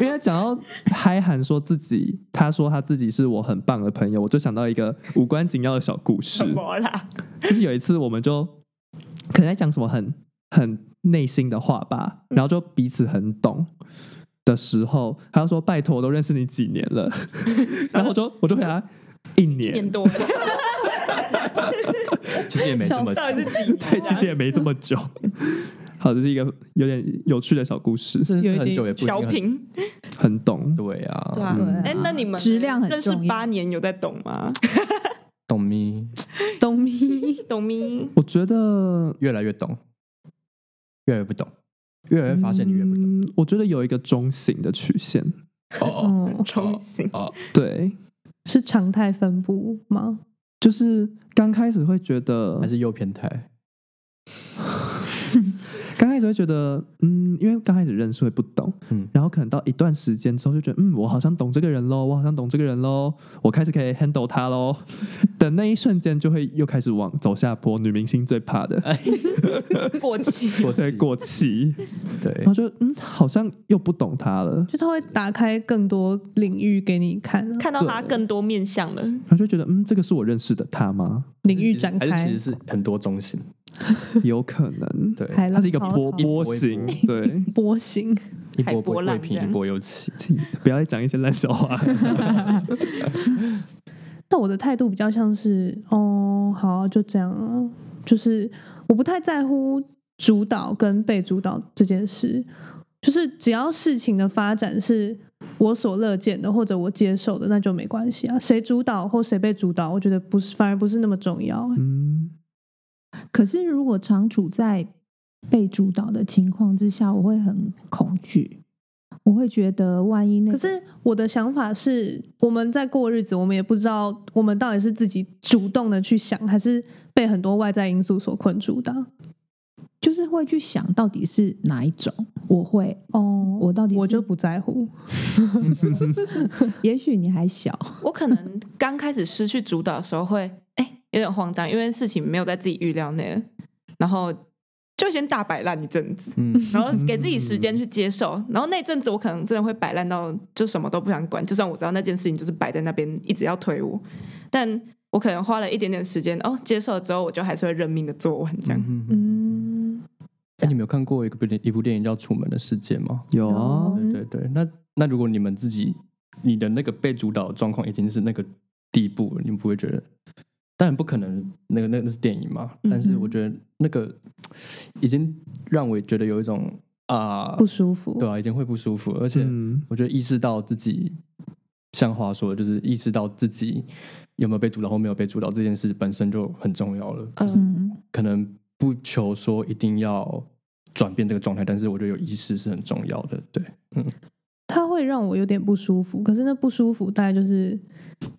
Speaker 5: 因为讲到嗨韩说自己，他说他自己是我很棒的朋友，我就想到一个无关紧要的小故事
Speaker 4: 什。么啦？
Speaker 5: 就是有一次我们就可能在讲什么很很内心的话吧，然后就彼此很懂的时候，他就说：“拜托，我都认识你几年了。”然后我就我就回答一
Speaker 4: 一年
Speaker 5: 年，
Speaker 4: 多了，
Speaker 2: 其实也没这么
Speaker 4: 到底是几年啊？
Speaker 5: 对，其实也没这么久。 好，这、是一个有点有趣的小故事，
Speaker 2: 甚至
Speaker 1: 有一
Speaker 2: 是很
Speaker 1: 点
Speaker 2: 久也不一定
Speaker 4: 啊小
Speaker 2: 很
Speaker 4: 品，
Speaker 5: 很懂。
Speaker 2: 对啊，
Speaker 4: 对啊
Speaker 5: 嗯。
Speaker 4: 哎，那你们
Speaker 6: 质量很
Speaker 4: 认识
Speaker 6: 重要
Speaker 4: 八年有在懂吗？
Speaker 2: 懂咪
Speaker 1: 懂咪，
Speaker 4: 懂咪？
Speaker 5: 我觉得
Speaker 2: 越来越懂，越来越不懂，越来越发现你越不懂。
Speaker 5: 嗯我觉得有一个中型的曲线，
Speaker 2: 哦
Speaker 1: 哦，
Speaker 4: 中性
Speaker 2: 哦哦，
Speaker 5: 对，
Speaker 1: 是常态分布吗？
Speaker 5: 就是刚开始会觉得
Speaker 2: 还是右偏态，
Speaker 5: 刚开始会觉得，嗯，因为刚开始认识会不懂，
Speaker 2: 嗯
Speaker 5: 然后可能到一段时间之后就觉得，嗯，我好像懂这个人喽，我好像懂这个人喽，我开始可以 handle 他喽。的那一瞬间就会又开始往走下坡，女明星最怕的，
Speaker 4: 过期，
Speaker 2: 哎过
Speaker 5: 对，
Speaker 2: 气
Speaker 5: 过期，
Speaker 2: 对
Speaker 5: 然后就嗯，好像又不懂他了，
Speaker 1: 就他会打开更多领域给你看啊，
Speaker 4: 看到他更多面相了，
Speaker 5: 然后就觉得，嗯，这个是我认识的他 吗？
Speaker 1: 领域展
Speaker 2: 还是
Speaker 1: 开
Speaker 2: 其实，是很多中型，
Speaker 5: 有可能，
Speaker 2: 对，
Speaker 1: 海浪
Speaker 5: 它是一个
Speaker 1: 滔
Speaker 5: 波
Speaker 1: 滔
Speaker 5: 波
Speaker 2: 波一
Speaker 5: 形
Speaker 2: 波，
Speaker 5: 对，
Speaker 1: 波形，
Speaker 2: 一
Speaker 4: 海
Speaker 2: 波不
Speaker 4: 波浪
Speaker 2: 未平
Speaker 4: 这样
Speaker 2: 一波又起。
Speaker 5: 不要再讲一些烂笑话。
Speaker 1: 但我的态度比较像是，哦，好啊、就这样啊，就是我不太在乎主导跟被主导这件事，就是只要事情的发展是我所乐见的或者我接受的，那就没关系啊。谁主导或谁被主导，我觉得不是，反而不是那么重要、欸
Speaker 5: 嗯，
Speaker 6: 可是如果常处在被主导的情况之下，我会很恐惧，我会觉得万一
Speaker 1: 可
Speaker 6: 那个
Speaker 1: 是我的想法是，我们在过日子，我们也不知道我们到底是自己主动的去想，还是被很多外在因素所困住的啊。
Speaker 6: 就是会去想到底是哪一种，我会，
Speaker 1: 哦
Speaker 6: 我到底
Speaker 1: 我
Speaker 6: 是
Speaker 1: 就不在乎。
Speaker 6: 也许你还小，
Speaker 4: 我可能刚开始失去主导的时候会，哎、有点慌张，因为事情没有在自己预料内了，然后就先大摆烂一阵子，
Speaker 2: 嗯，
Speaker 4: 然后给自己时间去接受，然后那阵子我可能真的会摆烂到就什么都不想管，就算我知道那件事情就是摆在那边一直要推我，但我可能花了一点点时间，哦，接受了之后我就还是会认命的做完这样。
Speaker 2: 嗯嗯
Speaker 1: 嗯，
Speaker 2: 哎，你们有看过一个电一部电影叫《楚门的世界》吗？
Speaker 5: 有 啊
Speaker 1: 有嗯
Speaker 2: 对对对，那那如果你们自己你的那个被主导的状况已经是那个地步了，你们不会觉得？当然不可能，那个那那是电影嘛。但是我觉得那个已经让我觉得有一种啊、
Speaker 1: 不舒服。
Speaker 2: 对啊，已经会不舒服，而且
Speaker 5: 嗯，
Speaker 2: 我觉得意识到自己，像话说的，就是意识到自己有没有被主导或没有被主导这件事本身就很重要了。
Speaker 4: 嗯，
Speaker 6: 嗯，
Speaker 2: 可能不求说一定要转变这个状态，但是我觉得有意识是很重要的。对，
Speaker 1: 它会让我有点不舒服，可是那不舒服大概就是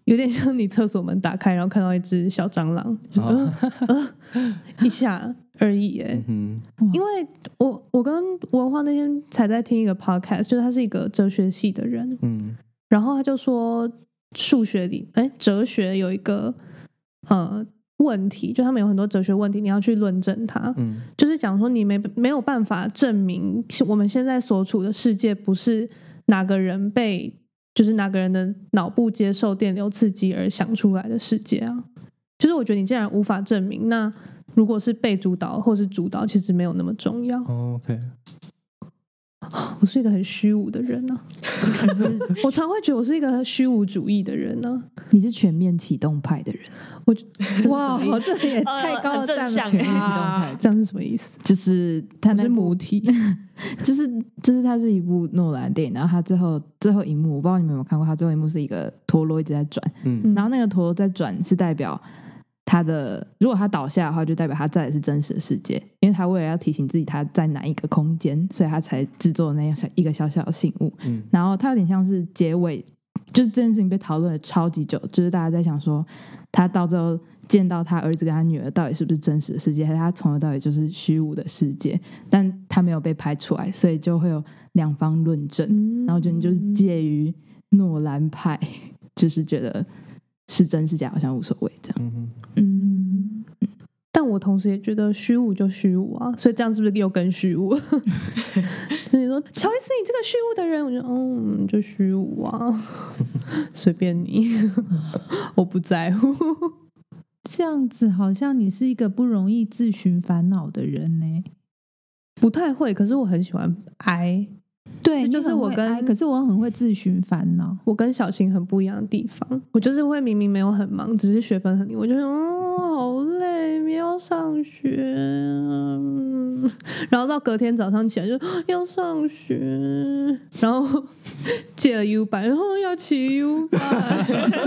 Speaker 1: 有点像你厕所门打开，然后看到一只小蟑螂，就
Speaker 2: 啊
Speaker 1: 呃呃一下而已、哎、
Speaker 2: 嗯
Speaker 1: 因为我我跟文化那天才在听一个 podcast，就是他是一个哲学系的人，
Speaker 2: 嗯
Speaker 1: 然后他就说数学里，哎，哲学有一个呃问题，就他们有很多哲学问题，你要去论证它，
Speaker 2: 嗯
Speaker 1: 就是讲说你没没有办法证明我们现在所处的世界不是哪个人被就是哪个人的脑部接受电流刺激而想出来的世界啊。就是我觉得你既然无法证明，那如果是被主导或是主导，其实没有那么重要。
Speaker 2: 哦，OK，
Speaker 1: 我是一个很虚无的人呢、
Speaker 6: 可是
Speaker 1: 我常会觉得我是一个虚无主义的人啊呢、
Speaker 6: 你是全面启动派的人，
Speaker 1: 我就
Speaker 6: 哇，
Speaker 1: 这是什么意思
Speaker 6: 这也
Speaker 4: 呃
Speaker 6: 太高
Speaker 4: 很
Speaker 6: 了，
Speaker 4: 正
Speaker 6: 占了
Speaker 4: 向
Speaker 6: 全
Speaker 4: 欸
Speaker 6: 面启动派，
Speaker 1: 啊这样是什么意思？
Speaker 3: 就是他
Speaker 1: 我
Speaker 3: 那
Speaker 1: 是
Speaker 3: 部
Speaker 1: 母体，
Speaker 3: 就是就是它是一部诺兰电影，然后它最后最后一幕，我不知道你们有没有看过，它最后一幕是一个陀螺一直在转，
Speaker 2: 嗯
Speaker 3: 然后那个陀螺在转是代表它的，如果它倒下的话，就代表它在的是真实的世界，因为它为了要提醒自己它在哪一个空间，所以它才制作那样小一个小小的信物。
Speaker 2: 嗯
Speaker 3: 然后它有点像是结尾，就是这件事情被讨论了超级久，就是大家在想说，他到最后见到他儿子跟他女儿到底是不是真实的世界，还是他从头到尾就是虚无的世界？但他没有被拍出来，所以就会有两方论证。
Speaker 1: 嗯
Speaker 3: 然后我觉得你就是介于诺兰派， 就是觉得是真是假好像无所谓这样。
Speaker 2: 嗯
Speaker 1: 嗯，但我同时也觉得虚无就虚无啊，所以这样是不是又更虚无？ 那你说，乔伊斯，你这个虚无的人，我就嗯，就虚无啊， 随便你， 我不在乎。
Speaker 6: 这样子好像你是一个不容易自寻烦恼的人呢、
Speaker 1: 不太会，可是我很喜欢哀。
Speaker 6: 对，
Speaker 1: 这就
Speaker 6: 你
Speaker 1: 是
Speaker 6: 很
Speaker 1: 我
Speaker 6: 会
Speaker 1: 跟
Speaker 6: 哀可是我很会自寻烦恼。
Speaker 1: 我跟小新很不一样的地方，我就是会明明没有很忙，只是学分很低，我就是嗯好累，明天要上学，嗯 然后到隔天早上起来就啊要上学，啊然后 借了 U 版，然后要骑 U 版，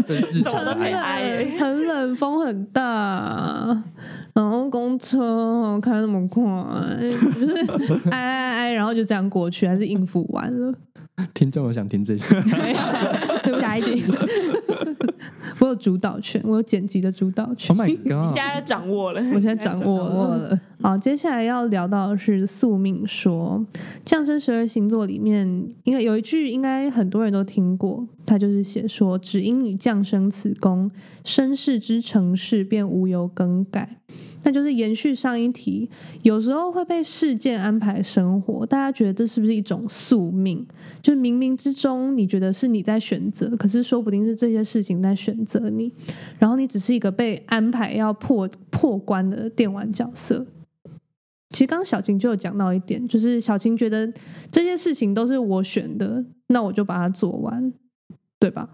Speaker 2: 日
Speaker 4: 什
Speaker 2: 常
Speaker 4: 么
Speaker 2: 的
Speaker 4: 都可
Speaker 1: 很
Speaker 4: 以
Speaker 2: 爱
Speaker 4: 哀
Speaker 1: 冷
Speaker 4: 欸，
Speaker 1: 很冷，风很大，然后公车哦开那么快，就是 哎哎哎，然后就这样过去，还是应付完了。
Speaker 2: 听众有想听这些？
Speaker 1: 下一集，我有主导权，我有剪辑的主导权
Speaker 2: Oh，my
Speaker 4: 你
Speaker 2: god！
Speaker 4: 现在掌握了，
Speaker 1: 我现在掌握了。嗯
Speaker 6: 了，
Speaker 1: 好，接下来要聊到的是宿命说，降生十二星座里面，应该有一句应该很多人都听过，它就是写说，只因你降生此宫，身世之城市便无由更改。那就是延续上一题，有时候会被事件安排生活，大家觉得这是不是一种宿命？就是冥冥之中，你觉得是你在选择，可是说不定是这些事情在选择你，然后你只是一个被安排要破破关的电玩角色。其实刚刚小晴就有讲到一点，就是小晴觉得这些事情都是我选的，那我就把它做完，对吧？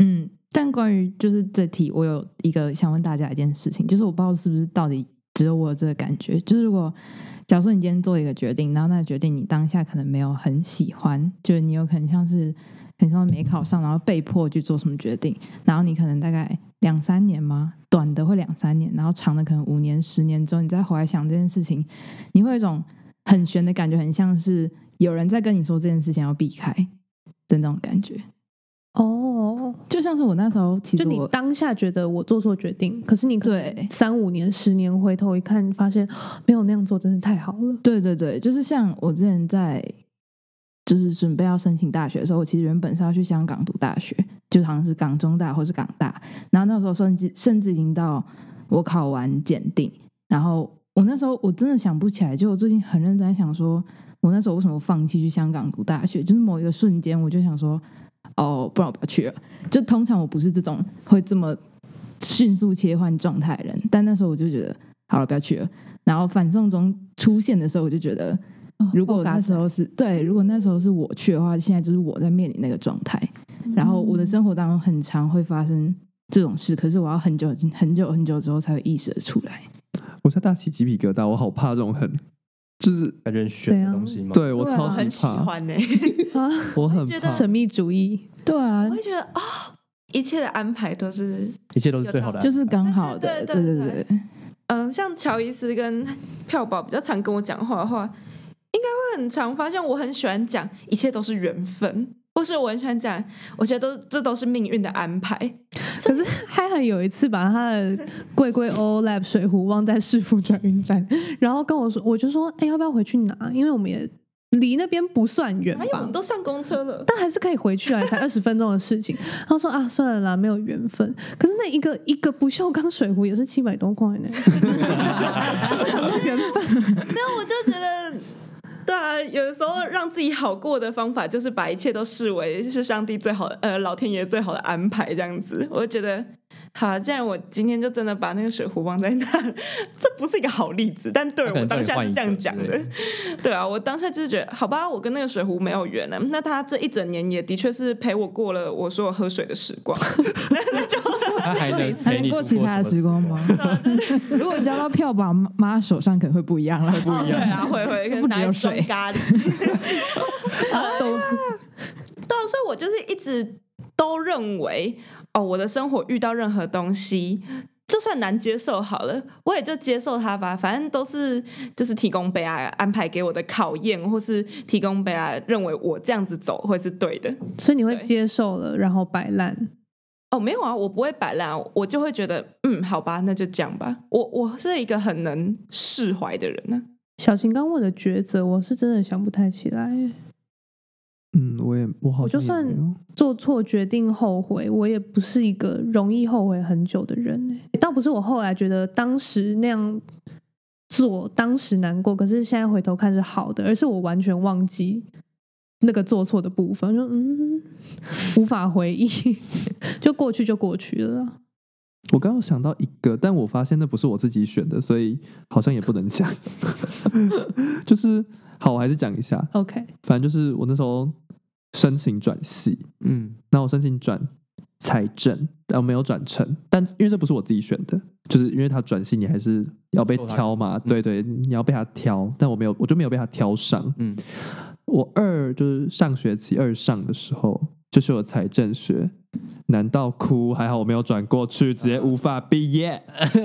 Speaker 3: 嗯，但关于就是这题，我有一个想问大家一件事情，就是我不知道是不是到底只有我有这个感觉，就是如果假如说你今天做一个决定，然后那个决定你当下可能没有很喜欢，就是你有可能像是很像没考上，然后被迫去做什么决定，然后你可能大概两三年吗？短的会两三年，然后长的可能五年、十年之后，你再回来想这件事情，你会有一种很悬的感觉，很像是有人在跟你说这件事情要避开的那种感觉。
Speaker 1: 哦，
Speaker 3: 就像是我那时候，其
Speaker 1: 就
Speaker 3: 实
Speaker 1: 你
Speaker 3: 我
Speaker 1: 当下觉得我做错决定，可是你可能
Speaker 3: 对
Speaker 1: 三五年、十年回头一看，发现哦没有那样做，真的太好了。
Speaker 3: 对对对，就是像我之前在就是准备要申请大学的时候，我其实原本是要去香港读大学，就好像是港中大或是港大，然后那时候甚至甚至已经到我考完检定，然后我那时候我真的想不起来，就我最近很认真在想说，我那时候为什么放弃去香港读大学，就是某一个瞬间我就想说，哦，不然我不要去了。就通常我不是这种会这么迅速切换状态的人，但那时候我就觉得好了，不要去了。然后反送中出现的时候，我就觉得，如果那
Speaker 1: 哦
Speaker 3: 时候是、对，如果那时候是我去的话，现在就是我在面临那个状态。然后我的生活当中很常会发生这种事，可是我要很久很久很久之后才会意识得出来。
Speaker 5: 我现在大起鸡皮疙瘩，我好怕这种很，就是
Speaker 2: 感觉很玄的东西吗？，
Speaker 5: 对我
Speaker 3: 对啊
Speaker 5: 超
Speaker 4: 我
Speaker 5: 级
Speaker 4: 很喜
Speaker 5: 怕，
Speaker 4: 欢呢、
Speaker 1: 啊，
Speaker 5: 我很
Speaker 4: 觉得
Speaker 5: 怕。
Speaker 1: 神秘主义，
Speaker 3: 对啊
Speaker 4: 我，会觉得啊、一切的安排都是
Speaker 2: 一切都是最好的安排，
Speaker 3: 就是刚好的，
Speaker 4: 啊对
Speaker 3: 对
Speaker 4: 对对
Speaker 3: 对
Speaker 4: 对
Speaker 3: 对
Speaker 4: 嗯，像乔伊斯跟票宝比较常跟我讲话的话，应该会很常发现我很喜欢讲一切都是缘分，或是我很喜欢讲，我觉得都这都是命运的安排。
Speaker 1: 可是嗨嗨有一次把他的贵贵 OLAP 水壶忘在市府转运站，然后跟我说，我就说，哎、要不要回去拿？因为我们也离那边不算远
Speaker 4: 哎呀，我
Speaker 1: 吧
Speaker 4: 们。都上公车了，
Speaker 1: 但还是可以回去啊，才二十分钟的事情。他说啊，算了啦，没有缘分。可是那一个一个不锈钢水壶也是七百多块呢，我想说缘分。
Speaker 4: 没有，我就觉得。对啊，有的时候让自己好过的方法就是把一切都视为是上帝最好的，呃，老天爷最好的安排这样子。我就觉得，好、啊，既然我今天就真的把那个水壶忘在那， 这不是一个好例子，但对
Speaker 2: 他可
Speaker 4: 我
Speaker 2: 能叫
Speaker 4: 当
Speaker 2: 你
Speaker 4: 下
Speaker 2: 换
Speaker 4: 是
Speaker 2: 一
Speaker 4: 这
Speaker 2: 个
Speaker 4: 样讲
Speaker 2: 之类
Speaker 4: 的
Speaker 2: 的。
Speaker 4: 对啊，我当下就是觉得，好吧，我跟那个水壶没有缘了、那他这一整年也的确是陪我过了我所有喝水的时光，那就
Speaker 2: 他还能
Speaker 3: 还
Speaker 2: 陪
Speaker 3: 能
Speaker 2: 你
Speaker 3: 过
Speaker 2: 度
Speaker 3: 其
Speaker 2: 什
Speaker 3: 他的
Speaker 2: 么
Speaker 3: 时光吗？ 如果交到票宝妈妈手上，可能会 不一样啦。
Speaker 4: 哦对啊，会会，可能
Speaker 3: 不只
Speaker 4: 拿来
Speaker 3: 有
Speaker 4: 装
Speaker 3: 水
Speaker 4: 咖喱。啊
Speaker 1: 都
Speaker 4: 对啊，所以我就是一直都认为，哦，我的生活遇到任何东西，就算难接受好了，我也就接受它吧。反正都是就是提供被爱安排给我的考验，或是提供被爱认为我这样子走会是对的。
Speaker 1: 所以你会
Speaker 4: 对
Speaker 1: 接受了，然后摆烂。
Speaker 4: 哦，没有啊，我不会摆烂啊，我就会觉得，嗯，好吧，那就这样吧。我我是一个很能释怀的人呢、
Speaker 1: 小晴刚问的抉择，我是真的想不太起来。
Speaker 5: 嗯，我也我好
Speaker 1: 我就
Speaker 5: 像也
Speaker 1: 算
Speaker 5: 没有
Speaker 1: 做错决定后悔，我也不是一个容易后悔很久的人、欸。倒不是我后来觉得当时那样做，当时难过，可是现在回头看是好的，而是我完全忘记那个做错的部分，就嗯，无法回忆， 就过去就过去了啦。
Speaker 5: 我刚刚有想到一个，但我发现那不是我自己选的，所以好像也不能讲。 就是好，我还是讲一下。
Speaker 1: OK，
Speaker 5: 反正就是我那时候申请转系，
Speaker 2: 嗯，
Speaker 5: 那我申请转财政，但我没有转成，但因为这不是我自己选的，就是因为他转系你还是要被挑嘛，对对，你要被他挑，但我没有，我就没有被他挑上。
Speaker 2: 嗯，
Speaker 5: 我二就是上学期二上的时候，就是有财政学，难道哭？还好我没有转过去，直接无法毕业。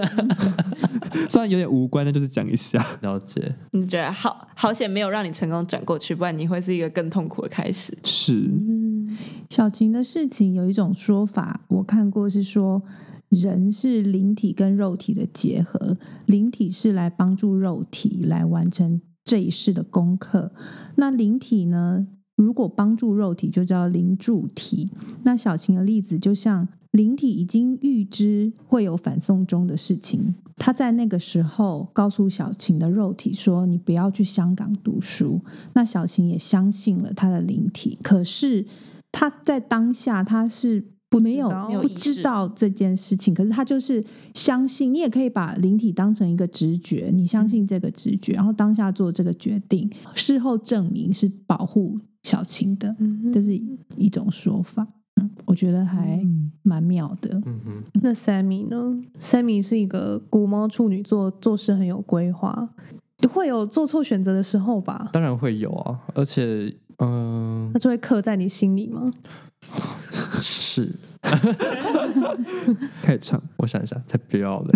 Speaker 5: 虽然有点无关，但就是讲一下。
Speaker 2: 了解。
Speaker 4: 你觉得好好险没有让你成功转过去，不然你会是一个更痛苦的开始。
Speaker 5: 是，
Speaker 6: 嗯，小晴的事情有一种说法，我看过是说，人是灵体跟肉体的结合，灵体是来帮助肉体来完成这一世的功课，那灵体呢，如果帮助肉体就叫灵助体。那小晴的例子就像。灵体已经预知会有反送中的事情，他在那个时候告诉小晴的肉体说：“你不要去香港读书。”那小晴也相信了他的灵体，可是他在当下他是不没有
Speaker 1: 道
Speaker 6: 不
Speaker 4: 没有意
Speaker 6: 知
Speaker 4: 识
Speaker 6: 道这件事情，可是他就是相信。你也可以把灵体当成一个直觉，你相信这个直觉，然后当下做这个决定，事后证明是保护小晴的，
Speaker 1: 嗯
Speaker 6: 这是一种说法。嗯，我觉得还蛮妙的。
Speaker 2: 嗯哼，
Speaker 1: 那 Sammy 呢？Sammy 是一个古猫处女座，做事很有规划，会有做错选择的时候吧？
Speaker 2: 当然会有啊，而且，嗯、
Speaker 1: 那就会刻在你心里吗？
Speaker 2: 是，
Speaker 5: 开始唱。
Speaker 2: 我想一下，才不要的。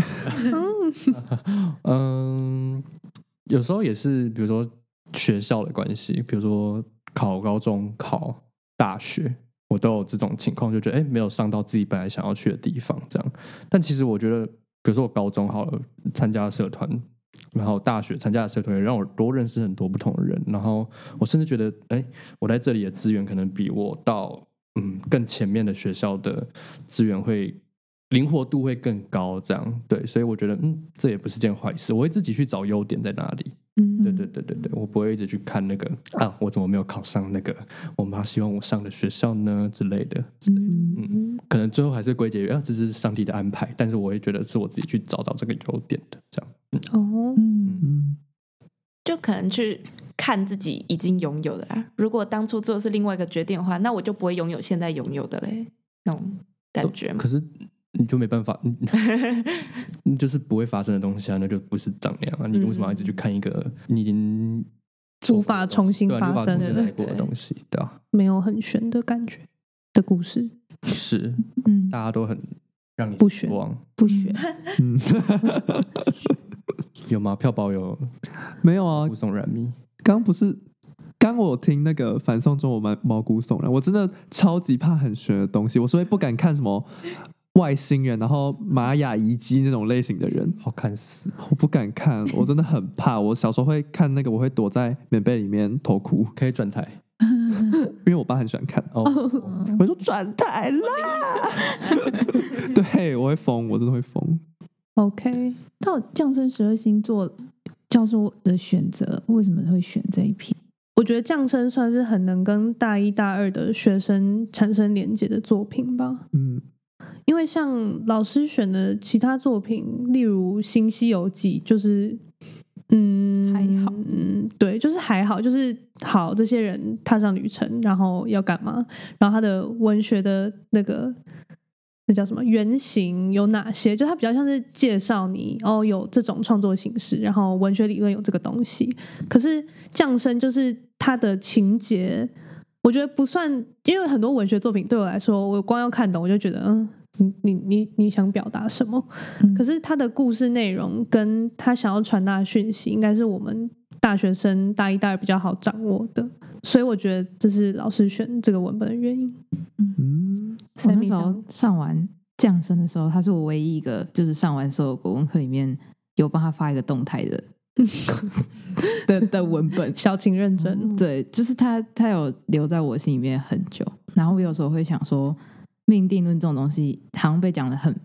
Speaker 2: 嗯，有时候也是，比如说学校的关系，比如说考高中、考大学，我都有这种情况，就觉得哎、诶没有上到自己本来想要去的地方，这样。但其实我觉得，比如说我高中好了，参加社团。然后大学参加的社团也让我多认识很多不同的人，然后我甚至觉得，哎，我在这里的资源可能比我到嗯更前面的学校的资源会灵活度会更高，这样对，所以我觉得嗯，这也不是件坏事，我会自己去找优点在哪里。
Speaker 1: 嗯，
Speaker 2: 对对对对对，我不会一直去看那个啊，我怎么没有考上那个我妈希望我上的学校呢之类的，
Speaker 6: 嗯，
Speaker 2: 嗯，可能最后还是归结于啊，这是上帝的安排，但是我会觉得是我自己去找到这个优点的，这样
Speaker 1: 哦，
Speaker 6: 嗯
Speaker 5: 嗯，
Speaker 4: 就可能去看自己已经拥有的啊。如果当初做的是另外一个决定的话，那我就不会拥有现在拥有的嘞，那种感觉
Speaker 1: 嗯
Speaker 4: 嘛
Speaker 2: 可。是你就没办法， 你你就是不会发生的东西啊，那就不是长那样啊，你为什么要一直去看一个你已经
Speaker 1: 无法重新
Speaker 2: 对啊你无
Speaker 1: 发
Speaker 2: 法
Speaker 1: 生
Speaker 2: 重新
Speaker 1: 的
Speaker 2: 来过的东西，对啊，
Speaker 1: 没有很悬的感觉的故事，
Speaker 2: 是。
Speaker 6: 嗯，
Speaker 2: 大家都很让你
Speaker 1: 不选
Speaker 2: 失望，
Speaker 6: 不选。
Speaker 5: 嗯
Speaker 2: 有吗？票宝有
Speaker 5: 没有啊
Speaker 2: 雾，送燃蜜，
Speaker 5: 刚不是，刚我听那个反送中，我毛毛骨悚然，我真的超级怕很玄的东西，我所以不敢看什么外星人，然后玛雅遗迹那种类型的人，
Speaker 2: 好看死！
Speaker 5: 我不敢看，我真的很怕。我小时候会看那个，我会躲在棉被里面偷哭，
Speaker 2: 可以转台
Speaker 6: 嗯
Speaker 5: 因为我爸很喜欢看。
Speaker 2: 哦，
Speaker 5: 我就说转台啦， 对我会疯，我真的会疯。
Speaker 1: OK，
Speaker 6: 到降生十二星座教授的选择，为什么会选这一批？
Speaker 1: 我觉得降生算是很能跟大一大二的学生产生连结的作品吧，
Speaker 5: 嗯，
Speaker 1: 因为像老师选的其他作品，例如《新西游记》，就是。嗯，
Speaker 6: 还好
Speaker 1: 嗯，对，就是还好，就是好，这些人踏上旅程，然后要干嘛？然后他的文学的那个那叫什么原型有哪些？就它比较像是介绍你哦，有这种创作形式，然后文学理论有这个东西。可是降生就是它的情节，我觉得不算，因为很多文学作品对我来说，我光要看懂我就觉得嗯。你你你你想表达什么？
Speaker 6: 嗯
Speaker 1: 可是他的故事内容跟他想要传达的讯息，应该是我们大学生大一、大二比较好掌握的，所以我觉得这是老师选这个文本的原因。
Speaker 5: 嗯，
Speaker 3: 我那
Speaker 1: Sammy
Speaker 3: 时候
Speaker 1: 呢。
Speaker 3: 上完降生的时候，他是我唯一一个就是上完所有国文课里面有帮他发一个动态的的的文本
Speaker 1: 小情认真，
Speaker 3: 对，就是他他有留在我心里面很久。然后我有时候会想说，命定论这种东西好像被讲的很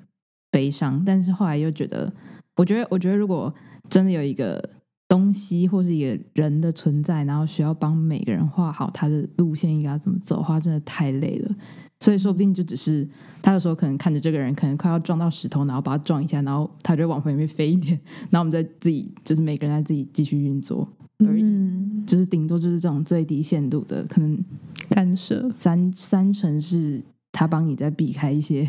Speaker 3: 悲伤，但是后来又觉得，我觉得我觉得如果真的有一个东西或是一个人的存在，然后需要帮每个人画好他的路线应该要怎么走的话，真的太累了。所以说不定就只是他有时候可能看着这个人可能快要撞到石头，然后把他撞一下，然后他就往旁边飞一点，然后我们再自己就是每个人再自己继续运作而已。
Speaker 1: 嗯，
Speaker 3: 就是顶多就是这种最低限度的，可能
Speaker 1: 干涉
Speaker 3: 三三成是他帮你在避开一些，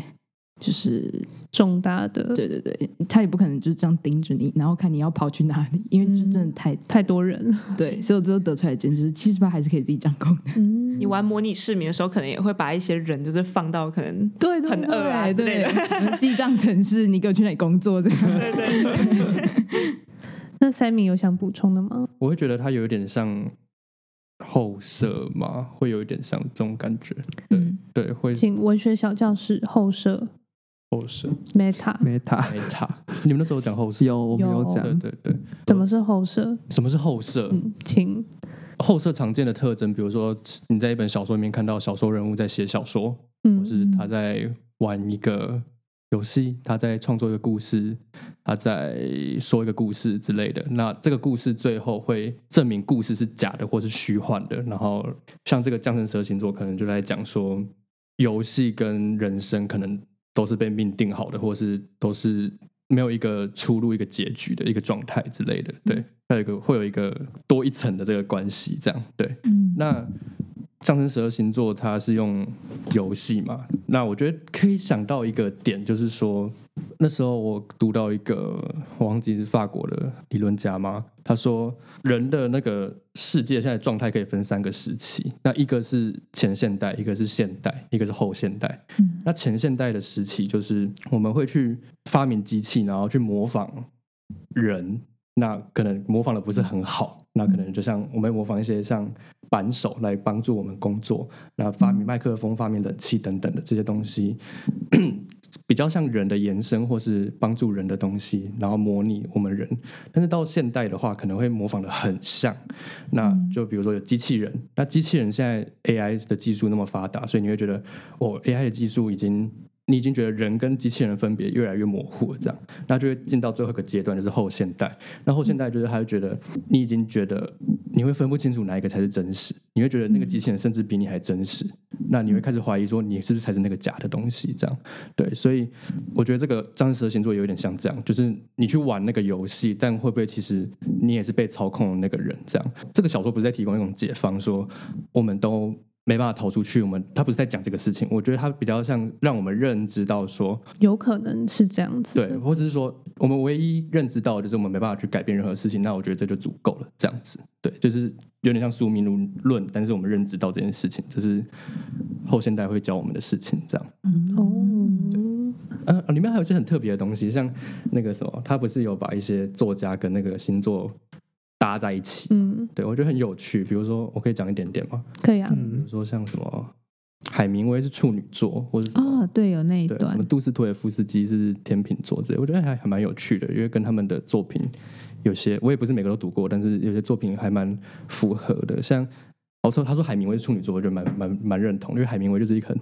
Speaker 3: 就是
Speaker 1: 重大的，
Speaker 3: 对对对，他也不可能就这样盯着你，然后看你要跑去哪里，因为就
Speaker 4: 嗯
Speaker 3: 真的太、
Speaker 1: 太多人了，
Speaker 3: 对，所以我最后得出来的结论就是七十八还是可以自己掌控的。
Speaker 1: 嗯
Speaker 4: 你玩模拟市民的时候，可能也会把一些人就是放到可能
Speaker 3: 对对
Speaker 4: 很
Speaker 3: 对
Speaker 4: 饿啊之类
Speaker 3: 对
Speaker 4: 的，
Speaker 3: 记账城市，你给我去哪里工作这样？
Speaker 4: 对对对，
Speaker 1: 那 Sammy 有想补充的吗？
Speaker 2: 我会觉得它有一点像后设嘛，会有一点像这种感觉。对、
Speaker 3: 嗯
Speaker 2: 对，会
Speaker 1: 请文学小教室后设
Speaker 2: 后设
Speaker 1: Meta，
Speaker 5: Meta
Speaker 2: 没差。你们那时候有讲后设，
Speaker 5: 有我们有
Speaker 1: 有
Speaker 5: 讲
Speaker 2: 对对对，
Speaker 1: 怎么是后设？
Speaker 2: 什么是后设？
Speaker 1: 嗯，请
Speaker 2: 后设常见的特征，比如说你在一本小说里面看到小说人物在写小说，或
Speaker 1: 嗯
Speaker 2: 是他在玩一个游戏，他在创作一个故事，他在说一个故事之类的。那这个故事最后会证明故事是假的或是虚幻的。然后像这个降生蛇星座，可能就在讲说，游戏跟人生可能都是被命定好的，或是都是没有一个出路、一个结局的一个状态之类的。
Speaker 1: 嗯
Speaker 2: 对，它有一个会有一个多一层的这个关系，这样对。
Speaker 6: 嗯，
Speaker 2: 那上升十二星座它是用游戏嘛？那我觉得可以想到一个点，就是说那时候我读到一个，我忘记是法国的理论家嘛，他说人的那个世界现在状态可以分三个时期，那一个是前现代，一个是现代，一个是后现代。那前现代的时期，就是我们会去发明机器，然后去模仿人。那可能模仿的不是很好，那可能就像我们模仿一些像扳手来帮助我们工作，那发明麦克风、发明冷气等等的这些东西， 比较像人的延伸或是帮助人的东西，然后模拟我们人。但是到现代的话，可能会模仿的很像。那就比如说有机器人，那机器人现在 AI 的技术那么发达，所以你会觉得哦，AI 的技术已经。你已经觉得人跟机器人的分别越来越模糊了，这样，那就会进到最后一个阶段，就是后现代。那后现代就是，他就觉得你已经觉得你会分不清楚哪一个才是真实，你会觉得那个机器人甚至比你还真实，那你会开始怀疑说你是不是才是那个假的东西，这样对。所以我觉得这个张蛇星座有点像这样，就是你去玩那个游戏，但会不会其实你也是被操控的那个人？这样，这个小说不是在提供一种解放，说我们都。没办法逃出去，我们他不是在讲这个事情，我觉得他比较像让我们认知到说，
Speaker 1: 有可能是这样子的，
Speaker 2: 对，或者是说我们唯一认知到的就是我们没办法去改变任何事情，那我觉得这就足够了，这样子，对，就是有点像宿命论论，但是我们认知到这件事情，这是后现代会教我们的事情，这样。
Speaker 1: 哦，
Speaker 2: 呃，里面还有一些很特别的东西，像那个什么，他不是有把一些作家跟那个星座搭在一起，
Speaker 1: 嗯，
Speaker 2: 对我觉得很有趣。比如说，我可以讲一点点吗？
Speaker 1: 可以啊，
Speaker 2: 比
Speaker 5: 嗯
Speaker 2: 如说像什么海明威是处女座，或者什么
Speaker 6: 哦，对，有那一
Speaker 2: 对，什
Speaker 6: 段
Speaker 2: 么，杜斯托也夫斯基是天秤座之类，我觉得还还蛮有趣的，因为跟他们的作品有些，我也不是每个都读过，但是有些作品还蛮符合的。像哦，说他说海明威是处女座，我觉得蛮蛮蛮认同，因为海明威就是一个很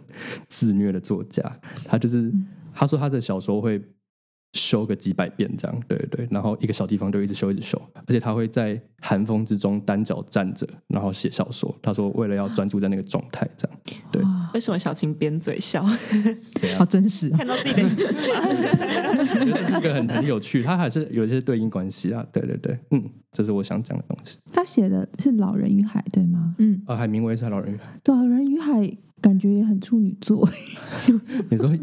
Speaker 2: 自虐的作家，他就是
Speaker 6: 嗯
Speaker 2: 他说他的小说会修个几百遍这样，对对，然后一个小地方就一直修一直修，而且他会在寒风之中单脚站着，然后写小说。他说为了要专注在那个状态，这样对
Speaker 4: 为什么小晴扁嘴笑？
Speaker 2: 怎样
Speaker 4: 啊
Speaker 3: 好？真实哦
Speaker 4: 看到自己的啊影子吗
Speaker 2: 我觉得这是一个很很有趣，它还是有一些对应关系啊。对对对，嗯，这是我想讲的东西。
Speaker 6: 他写的是《老人与海》对吗？
Speaker 3: 嗯，
Speaker 2: 啊，海明威是老人与海，
Speaker 6: 《老人与海》感觉也很处女座，
Speaker 2: 你说永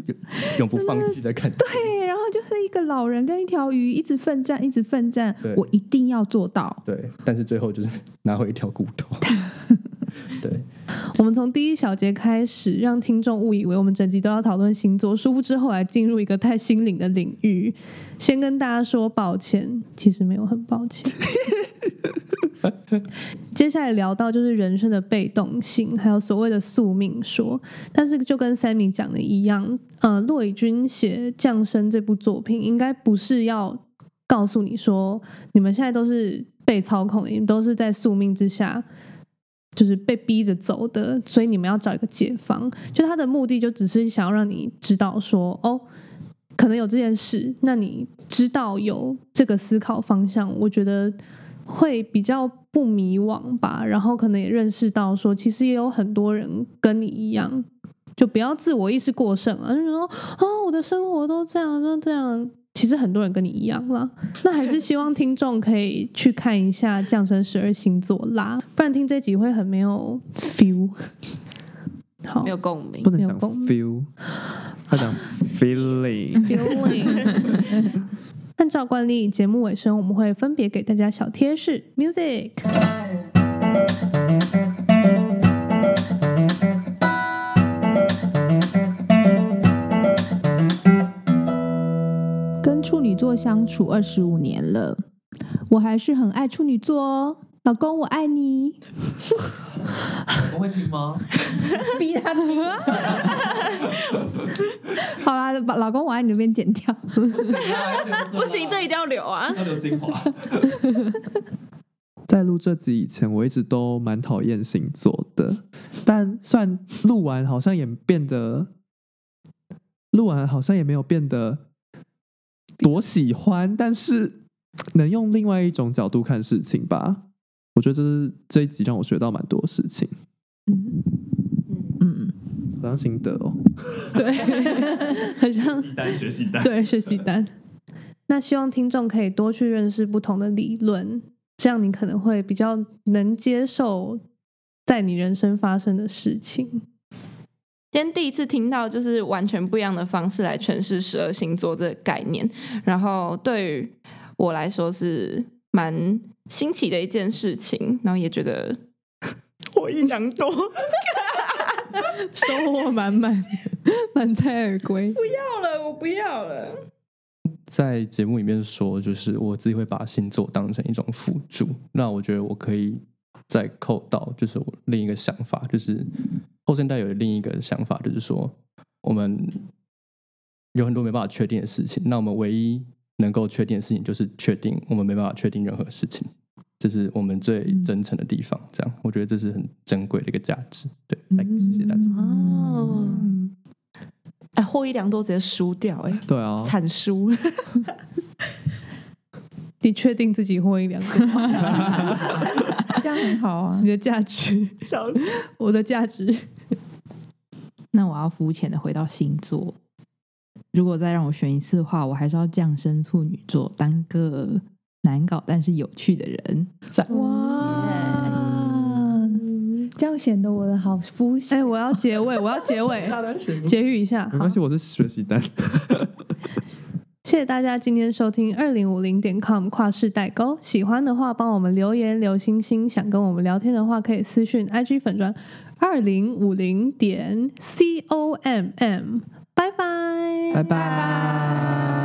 Speaker 2: 永不放弃的感觉，
Speaker 6: 对，然后就是一个老人跟一条鱼一直奋战，一直奋战
Speaker 2: 对，
Speaker 6: 我一定要做到。
Speaker 2: 对但是最后就是拿回一条骨头。对，
Speaker 1: 我们从第一小节开始，让听众误以为我们整集都要讨论星座，殊不知后来进入一个太心灵的领域。先跟大家说抱歉，其实没有很抱 歉。接下来聊到就是人生的被动性，还有所谓的宿命说。但是就跟 Sammy 讲的一样，呃，骆以军写《降生》这部作品，应该不是要告诉你说，你们现在都是被操控的，你们都是在宿命之下，就是被逼着走的，所以你们要找一个解放。就他的目的就只是想要让你知道说，哦，可能有这件事，那你知道有这个思考方向，我觉得会比较不迷惘吧。然后可能也认识到说，其实也有很多人跟你一样。就不要自我意识过剩啊！就说啊，我的生活都这样，都这样。其实很多人跟你一样啦， 那还是希望听众可以去看一下《降生十二星座》啦，不然听这集会很没有 feel。好
Speaker 4: 没有共鸣
Speaker 5: 不。能
Speaker 1: 没有
Speaker 5: 讲
Speaker 1: 共鸣
Speaker 5: feel，他讲 feeling。
Speaker 1: ，feeling。按 照惯例，节目尾声我们会分别给大家小贴士，music。
Speaker 6: 跟处女座相处二十五年了，我还是很爱处女座哦，老公我爱你。
Speaker 5: 我会听吗？
Speaker 6: 逼他听。好啦，把老公我爱你那边剪掉。
Speaker 4: 不行，这一定要留啊！
Speaker 5: 要留精华。在录这集以前，我一直都蛮讨厌星座的，但算录完好像也变得，录完好像也没有变得多喜欢，但是能用另外一种角度看事情吧。我觉得这是这一集让我学到蛮多事情，
Speaker 6: 嗯嗯，
Speaker 5: 好像心得哦。
Speaker 1: 对，很像
Speaker 5: 单学习单
Speaker 1: 对，学习单。那希望听众可以多去认识不同的理论，这样你可能会比较能接受在你人生发生的事情。
Speaker 4: 今天第一次听到就是完全不一样的方式来诠释十二星座这个概念，然后对于我来说是蛮新奇的一件事情，然后也觉 得获益良 多。
Speaker 1: 收获满满， 满载而归。
Speaker 4: 不要了，我不要了。
Speaker 2: 在节目里面说，就是我自己会把星座当成一种辅助。那我觉得我可以再扣到，就是我另一个想法，就是后现代有另一个想法，就是说我们有很多没办法确定的事情。那我们唯一能够确定的事情，就是确定我们没办法确定任何事情，这是我们最
Speaker 6: 嗯
Speaker 2: 真诚的地方。这样，我觉得这是很珍贵的一个价值。对，来谢谢大家。
Speaker 4: 哦，哎，获益良多直接输掉、哎，
Speaker 5: 对啊，
Speaker 4: 惨输。
Speaker 1: 你确定自己获益良多吗？
Speaker 6: 这样很好啊
Speaker 1: 你。的价值，我的价值。
Speaker 3: 那我要肤浅的回到星座。如果再让我选一次的话，我还是要降生处女座，当个难搞但是有趣的人。
Speaker 6: 哇，这样显得我的好肤
Speaker 1: 哎、
Speaker 6: 浅。
Speaker 1: 我要结尾，我要结 尾，结语一下。
Speaker 5: 没
Speaker 1: 好
Speaker 5: 关，系，我是学习单。
Speaker 1: 谢谢大家今天收听二零五零点 com 跨世代沟。喜欢的话，帮我们留言留星星。想跟我们聊天的话，可以私讯 IG 粉砖二零五零点 com m。拜拜，
Speaker 5: 拜拜。